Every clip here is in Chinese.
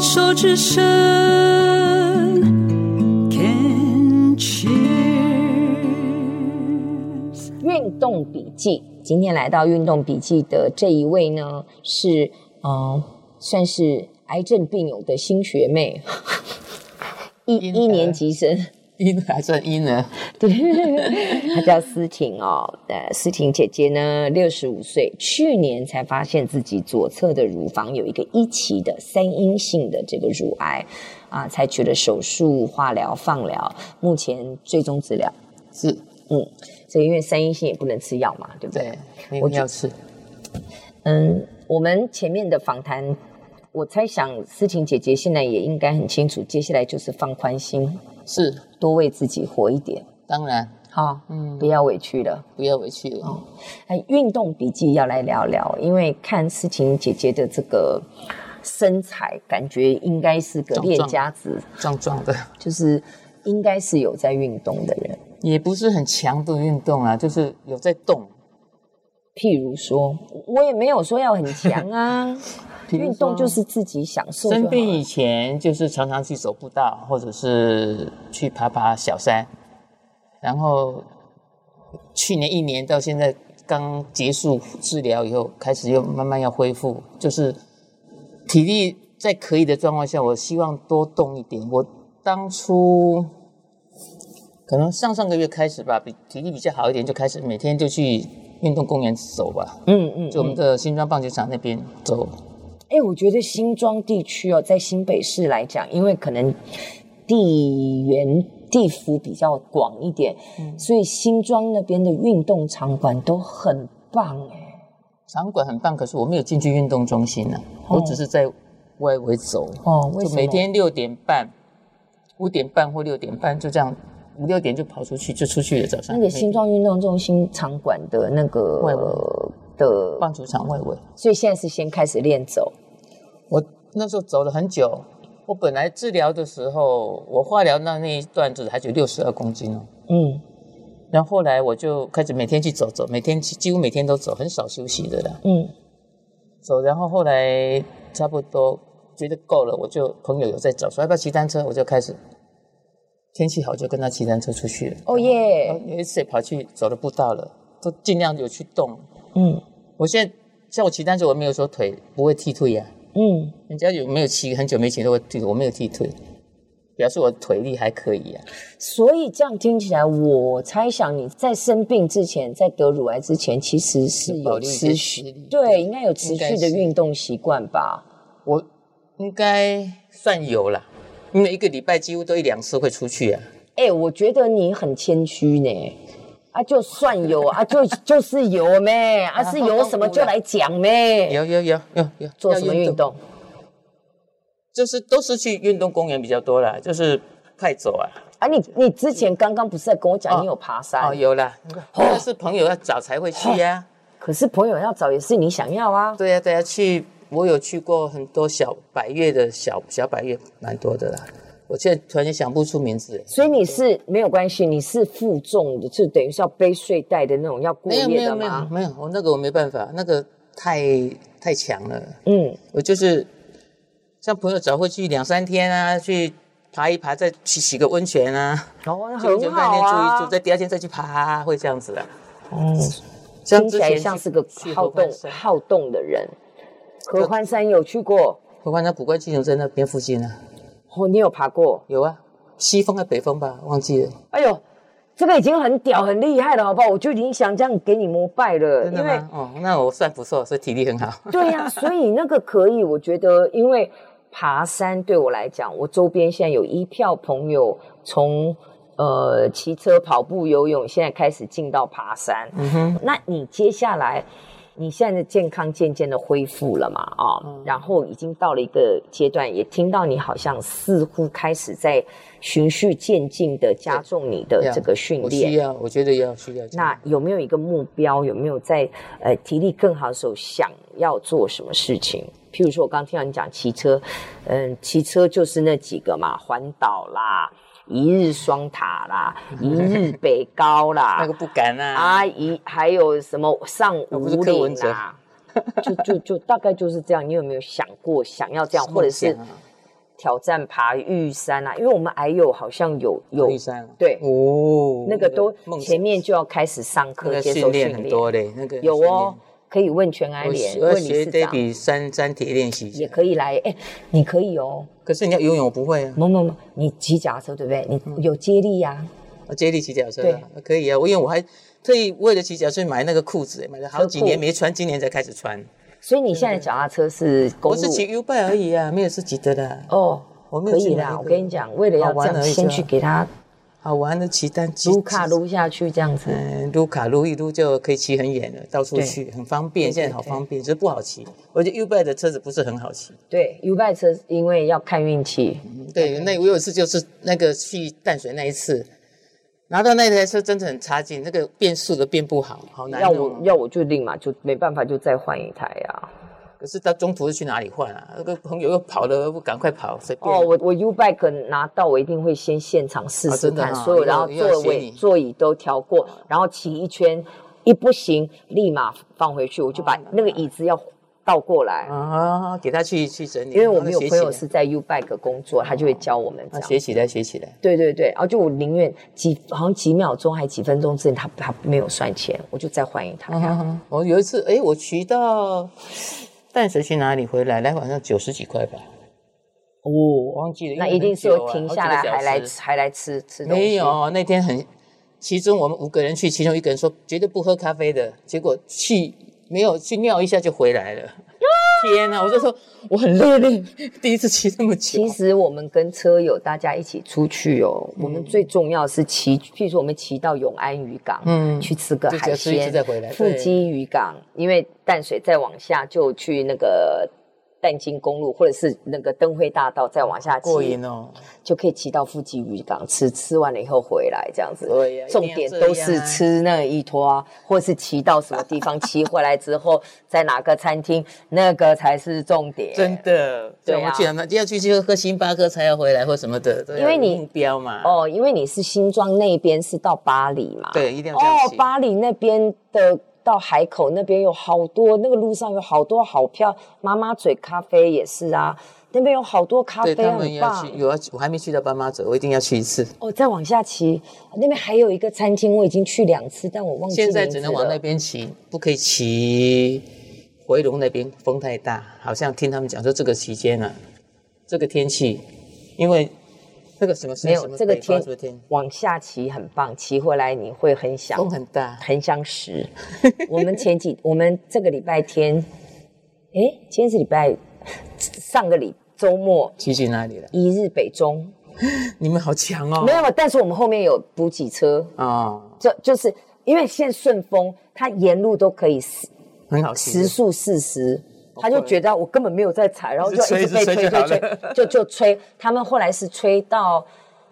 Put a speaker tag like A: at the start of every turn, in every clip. A: 手之声，can cheers。
B: 运动笔记，今天来到运动笔记的这一位呢，是呃，算是癌症病友的新学妹，一
C: 婴儿
B: 一年级生。
C: 婴还算婴儿，
B: 对，她叫思婷哦。呃，思婷姐姐呢，六十五岁，去年才发现自己左侧的乳房有一个一期的三阴性的这个乳癌，啊，采取了手术、化疗、放疗，目前最终治疗。
C: 是
B: 嗯，所以因为三阴性也不能吃药嘛，对不对？
C: 对，你
B: 我
C: 你要吃，
B: 嗯，我们前面的访谈，我猜想思婷姐姐现在也应该很清楚，接下来就是放宽心，
C: 是
B: 多为自己活一点，
C: 当然，
B: 好、
C: 嗯
B: 不，要委屈了。
C: 不要委屈了，
B: 哎，运动笔记要来聊聊，因为看思晴姐姐的这个身材，感觉应该是个
C: 壮
B: 练
C: 壮
B: 家子，
C: 壮壮的，
B: 就是应该是有在运动的人。
C: 也不是很强的运动啊，就是有在动，
B: 譬如说，我也没有说要很强 啊，
C: 比如
B: 运动
C: 说
B: 就是自己享受就好
C: 生
B: 了。
C: 病以前就是常常去走步道，或者是去爬爬小山，然后去年一年到现在刚结束治疗以后，开始又慢慢要恢复，就是体力在可以的状况下，我希望多动一点。我当初可能上上个月开始吧，比体力比较好一点，就开始每天就去运动公园走吧，
B: 嗯嗯，
C: 就我们的新庄棒球场那边走
B: 哎、我觉得新庄地区哦，在新北市来讲，因为可能地缘地幅比较广一点，所以新庄那边的运动场馆都很棒哎、
C: 场馆很棒，可是我没有进去运动中心呢、啊我只是在外围走，
B: 哦，为
C: 就
B: 什么？
C: 每天六点半、五点半或六点半就这样，五六点就跑出去，就出去了。早上
B: 那个新庄运动中心场馆的那个
C: 外围
B: 的，
C: 棒球场外围，
B: 所以现在是先开始练走，
C: 我那时候走了很久。我本来治疗的时候，我化疗那那一段子还只有六十二公斤哦，
B: 嗯
C: 然后后来我就开始每天去走走，每天几几乎每天都走，很少休息的啦。
B: 嗯
C: 走，然后后来差不多觉得够了，我就朋友有在找，说要不要骑单车，我就开始。天气好就跟他骑单车出去了。
B: 哦耶
C: 然后有一次也跑去走了步道了，都尽量有去动。
B: 嗯
C: 我现在像我骑单车，我没有说腿不会踢腿呀、啊
B: 嗯，
C: 人家有没有骑很久没骑都会踢，我没有踢腿，表示我腿力还可以呀、啊
B: 所以这样听起来，我猜想你在生病之前，在得乳癌之前，其实是
C: 保
B: 有
C: 留一
B: 持续
C: 些实力
B: 对，应该有持
C: 应该
B: 续的
C: 是
B: 运动习惯吧？
C: 我应该算有啦，因为一个礼拜几乎都一两次会出去啊。
B: 哎、我觉得你很谦虚呢。啊，就算 有啊，就就是有咩，啊是有什么就来讲咩，
C: 有有有有有，
B: 做
C: 要
B: 什么运动？
C: 就是都是去运动公园比较多啦，就是快走啊。
B: 啊，你你之前刚刚不是在跟我讲
C: 哦
B: 你有爬山，
C: 哦，有啦，那是朋友要找才会去啊呀、
B: 可是朋友要找也是你想要啊。
C: 对呀、对呀、去我有去过很多小百月的小小百月，蛮多的啦。我现在突然间想不出名字。
B: 所以你是没有关系，你是负重的，就等于是要背睡袋的那种要过
C: 没有没
B: 夜
C: 有
B: 的
C: 没有
B: 吗？
C: 没有，我那个我没办法，那个太太强了。
B: 嗯，
C: 我就是像朋友找会去两三天啊，去爬一爬，再去洗个温泉啊，
B: 哦，那
C: 去温
B: 很
C: 泉饭
B: 好
C: 店住一
B: 啊
C: 住，。再第二天再去爬、啊，会这样子的。哦
B: 嗯，
C: 像
B: 听起
C: 之
B: 来
C: 前
B: 像
C: 去
B: 是个
C: 去
B: 好
C: 合欢
B: 动
C: 山
B: 好动的人。合欢山有去过？
C: 我看那古怪气球在那边附近啊，
B: 哦，你有爬过？
C: 有啊，西风还北风吧，忘记了。
B: 哎呦，这个已经很屌很厉害了，好不好？我就已经想这样给你膜拜了，
C: 真
B: 因
C: 的
B: 为
C: 吗？哦，那我算不错，所以体力很好。
B: 对呀、所以那个可以，我觉得，因为爬山对我来讲，我周边现在有一票朋友从呃骑车、跑步、游泳，现在开始进到爬山。
C: 嗯哼，
B: 那你接下来，你现在的健康渐渐的恢复了嘛？啊、
C: 嗯
B: 然后已经到了一个阶段，也听到你好像似乎开始在循序渐进的加重你的
C: 要
B: 这个训
C: 我
B: 练
C: 需。要，我觉得要需要。
B: 那有没有一个目标？有没有在呃体力更好的时候想要做什么事情？譬如说，我刚听到你讲骑车，嗯，骑车就是那几个嘛，环岛啦，一日双塔 啦，一日北高
C: 那
B: 啦
C: 个，不敢啊，
B: 阿姨还有什么上啊
C: 不
B: 五
C: 是柯文
B: 岭
C: 哲
B: 啦，就就就大概就是这样。你有没有想过想要这样，
C: 是
B: 或者是
C: 梦想啊
B: 挑战爬玉山啊，因为我们癌友好像有有
C: 玉山啊
B: 对
C: 哦，
B: 那个都
C: 梦
B: 前面就要开始上
C: 那
B: 课
C: 个
B: 接
C: 训
B: 受训
C: 练
B: 练，
C: 很多嘞，那个
B: 有
C: 训
B: 哦，可以问全安
C: 练。
B: 联，
C: 我我
B: 问理
C: 学
B: 事长
C: David 三三铁练习一下
B: 也，可以来，哎、你可以哦，
C: 可是人家游泳我不会啊，
B: 某某某，你骑脚踏车对不对？
C: 嗯
B: 你有接力啊呀、
C: 我接力骑脚车啊
B: 对
C: 可以啊，我因为我还特意为了骑脚车买那个裤子，买了好几
B: 车裤哦
C: 年没穿，今年才开始穿。
B: 所以你现在脚踏车是公
C: 我
B: 路
C: 是骑 U 拜而已啊，没有是骑的啦，
B: 哦，
C: 我没有
B: 可
C: 去
B: 以
C: 买
B: 啦。
C: 那个
B: 我跟你讲，为了要
C: 好
B: 这
C: 玩
B: 样，
C: 而已
B: 先
C: 就
B: 去
C: 好
B: 给它
C: 好玩的骑单骑
B: 撸卡，撸下去，这样子
C: 骑嗯，撸卡撸一撸就可以骑很远了，到处
B: 对
C: 去很方
B: 对
C: 便，
B: 对
C: 现在好方便，只是不好骑。我觉得 U 拜的车子不是很好骑。
B: 对 U bike 车，因为要看运气，
C: 对，那我有一次就是那个去淡水那一次，拿到那台车真的很差劲，那个变速的变不好，好难
B: 要
C: 弄
B: 我
C: 哦。
B: 要我就立马就没办法，就再换一台啊呀、
C: 可是到中途是去哪里换啊？那个朋友又跑了，不赶快跑，随便。
B: 哦，我我 U bike 拿到，我一定会先现场试
C: 啊
B: 试
C: 真的
B: 看，
C: 啊
B: 所有
C: 要
B: 然后
C: 要
B: 座
C: 学
B: 位
C: 你啊
B: 座椅都调过，然后骑一圈，一不行立马放回去，我就把那个椅子要倒过来，
C: 啊，给他去去整理，
B: 因为我
C: 让他
B: 们有
C: 学
B: 朋友
C: 起
B: 是在 U bike 工作，他就会教我们这
C: 来啊
B: 样。
C: 学起来，学起来。
B: 对对对，然后就我宁愿几好像几秒钟还几分钟之内，他他没有算钱，我就再换一台啊、
C: 我有一次，哎，我骑到淡水去哪里回来，来晚上九十几块吧，
B: 哦，
C: 我忘记了。
B: 那
C: 因为
B: 一定
C: 很
B: 是有
C: 久啊
B: 停
C: 好
B: 下
C: 几个
B: 来
C: 小
B: 还来
C: 时
B: 吃还来吃吃东西。
C: 没有，那天很，其中我们五个人去，其中一个人说绝对不喝咖啡的，结果去没有去尿一下就回来了。天哪！我就说我很累累，第一次骑那么久
B: 其。实我们跟车友大家一起出去哦，我
C: 嗯
B: 们最重要是骑，譬如说我们骑到永安渔港，
C: 嗯
B: 去吃个
C: 就
B: 海
C: 吃一
B: 鲜，
C: 吃再回来
B: 富
C: 对
B: 基渔港，因为淡水再往下就去那个淡金公路，或者是那个灯会大道再往下骑，
C: 过瘾哦！
B: 就可以骑到富基渔港吃，吃完了以后回来这样子。
C: 对呀
B: 重点都是吃那一坨啊，或是骑到什么地方，骑回来之后在哪个餐厅，那个才是重点。
C: 真的，
B: 对啊
C: 我们去那要去就喝星巴克才要回来或什么的，都要
B: 因为你
C: 有目标嘛，
B: 哦，因为你是新庄那边是到巴黎嘛？
C: 对，一定要这样
B: 哦
C: 骑，。
B: 巴黎那边的到海口那边有好多，那个路上有好多好漂妈妈嘴咖啡也是啊，那边有好多咖
C: 对
B: 啡
C: 他们
B: 很
C: 要
B: 棒
C: 去，。有要我还没去到斑马走，我一定要去一次。
B: 哦，再往下骑，那边还有一个餐厅，我已经去两次，但我忘记
C: 现在
B: 名
C: 只
B: 字
C: 能往
B: 了
C: 那边骑，不可以骑回龙那边，风太大。好像听他们讲说这个期间啊，这个天气，因为那个什么
B: 没
C: 什
B: 有
C: 么
B: 这个
C: 北方
B: 天
C: 什么天，
B: 往下骑很棒，骑回来你会很想
C: 风很大，
B: 很想 死。我们前几，我们这个礼拜天，诶，今天是礼拜，上个礼周末
C: 骑去哪里了？
B: 一日北中
C: 你们好强哦！
B: 没有，但是我们后面有补给车，
C: 哦，
B: 就就是因为现在顺丰它沿路都可以时
C: 很好骑
B: 时
C: 的。
B: 速四十。他就觉得我根本没有在踩，然后就一直被
C: 哦吹一
B: 吹
C: 直吹就
B: 吹
C: 好
B: 吹
C: 了，
B: 就就吹。他们后来是吹到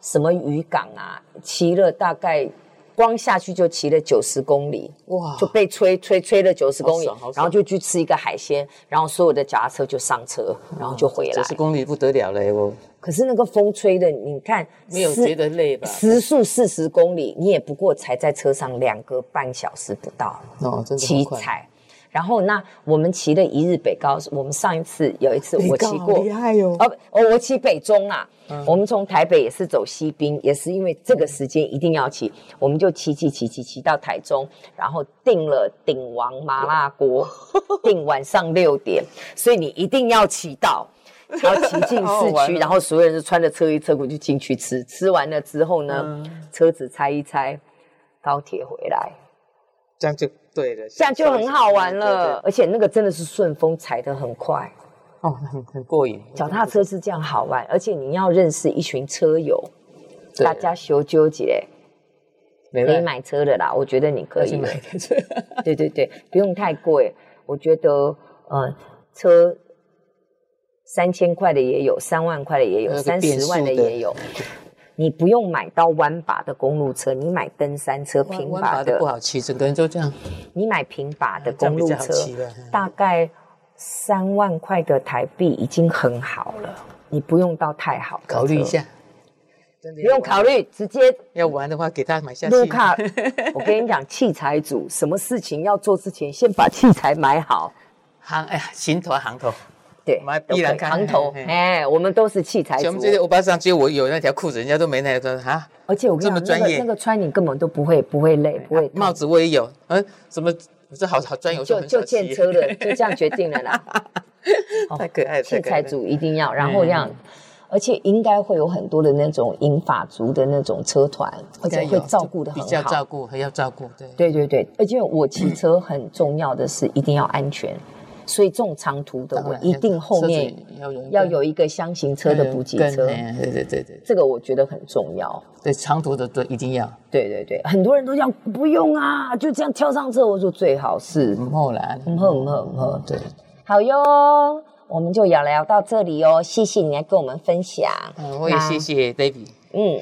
B: 什么渔港啊，骑了大概光下去就骑了九十公里，
C: 哇
B: 就被吹吹吹了九十公里
C: 好爽好爽，
B: 然后就去吃一个海鲜，然后所有的脚踏车就上车，然后就回来
C: 九。十公里不得了嘞，我
B: 可是那个风吹的，你看
C: 没有
B: 是
C: 觉得累吧？
B: 时速四十公里，你也不过才在车上两个半小时不到，
C: 哦，真的很
B: 骑
C: 快。
B: 踩。然后那我们骑了一日北高，我们上一次有一次我骑
C: 北高
B: 过
C: 好，害哟！嗯
B: 哦哦，我骑北中啊，我们从台北也是走西滨，也是因为这个时间一定要骑，我们就骑骑骑骑骑到台中，然后订了鼎王麻辣锅，订晚上六点，所以你一定要骑到。然后骑进
C: 好好
B: 市
C: 玩
B: 区，
C: 哦
B: 然后所有人就穿着车衣车裤就进去吃，吃完了之后呢，
C: 嗯
B: 车子拆一拆，高铁回来，
C: 这样就对了，
B: 这样就很好玩了。
C: 对。对
B: 而且那个真的是顺风踩得很快，
C: 哦，很很过瘾。
B: 脚踏车是这样好玩，而且你要认识一群车友，
C: 对
B: 大家修纠结，
C: 没
B: 可以
C: 办法，
B: 买车的啦，我觉得你可
C: 要
B: 以
C: 去
B: 了。
C: 买台车。
B: 对对对，不用太贵，我觉得呃车。三千块的也有，三万块的也有，
C: 那个
B: 三
C: 变
B: 十
C: 速
B: 万的
C: 的
B: 也有。你不用买到弯把的公路车，你买登山车、
C: 弯
B: 平
C: 弯
B: 把
C: 的
B: 的
C: 不，好骑，整个人就这样。
B: 你买平把的
C: 这样
B: 公
C: 比
B: 路
C: 较好
B: 车
C: 骑了嗯，
B: 大概三万块的台币已经很好了，你不用到太好的车。
C: 考虑一下，不
B: 不用考虑，直接
C: 要玩的话，给他买下去。
B: 撸 卡。我跟你讲，器材组什么事情要做之前，先把器材买好。
C: 行，哎呀，行头啊行头，
B: 对，
C: 我们还
B: 都可以
C: 依然看
B: 扛头，
C: 嘿嘿
B: 哎，我们都是器材
C: 像
B: 组
C: 我们这些欧巴桑，只有我有那条裤子，人家都没那条。啊，
B: 而且我跟你讲，
C: 这么
B: 那
C: 专
B: 个
C: 业哎
B: 那个穿你根本都不会不会累，不会痛
C: 啊帽子我也有。嗯，什么？这好好专有，我
B: 就
C: 说很
B: 就
C: 少
B: 见
C: 骑哦
B: 车 了，就这样决定了啦。
C: 太可爱了，
B: 器
C: 太可
B: 材
C: 爱了。
B: 组一定
C: 嗯
B: 要，然后让，而且应该会有很多的那种英法族的那种车团，而
C: 应该
B: 且
C: 有
B: 会照顾的
C: 比
B: 很
C: 较
B: 好
C: 照。顾，还要照顾，对。
B: 对对对，而且我骑车很重要的是一定要安全，所以这种长途的
C: 当
B: 我
C: 然
B: 一定后面
C: 车子要有一个
B: 要有一个箱型车的补给车
C: 跟，哎对对对对
B: 这个我觉得很重要。
C: 对，长途的对一定要。
B: 对对对，很多人都讲不用啊，就这样跳上车，我说最好是。
C: 嗯后来，
B: 嗯哼嗯哼嗯哼，
C: 对，
B: 好哟，我们就聊聊到这里哦，谢谢你来跟我们分享。
C: 嗯，我也
B: 那
C: 谢谢 David。
B: 嗯，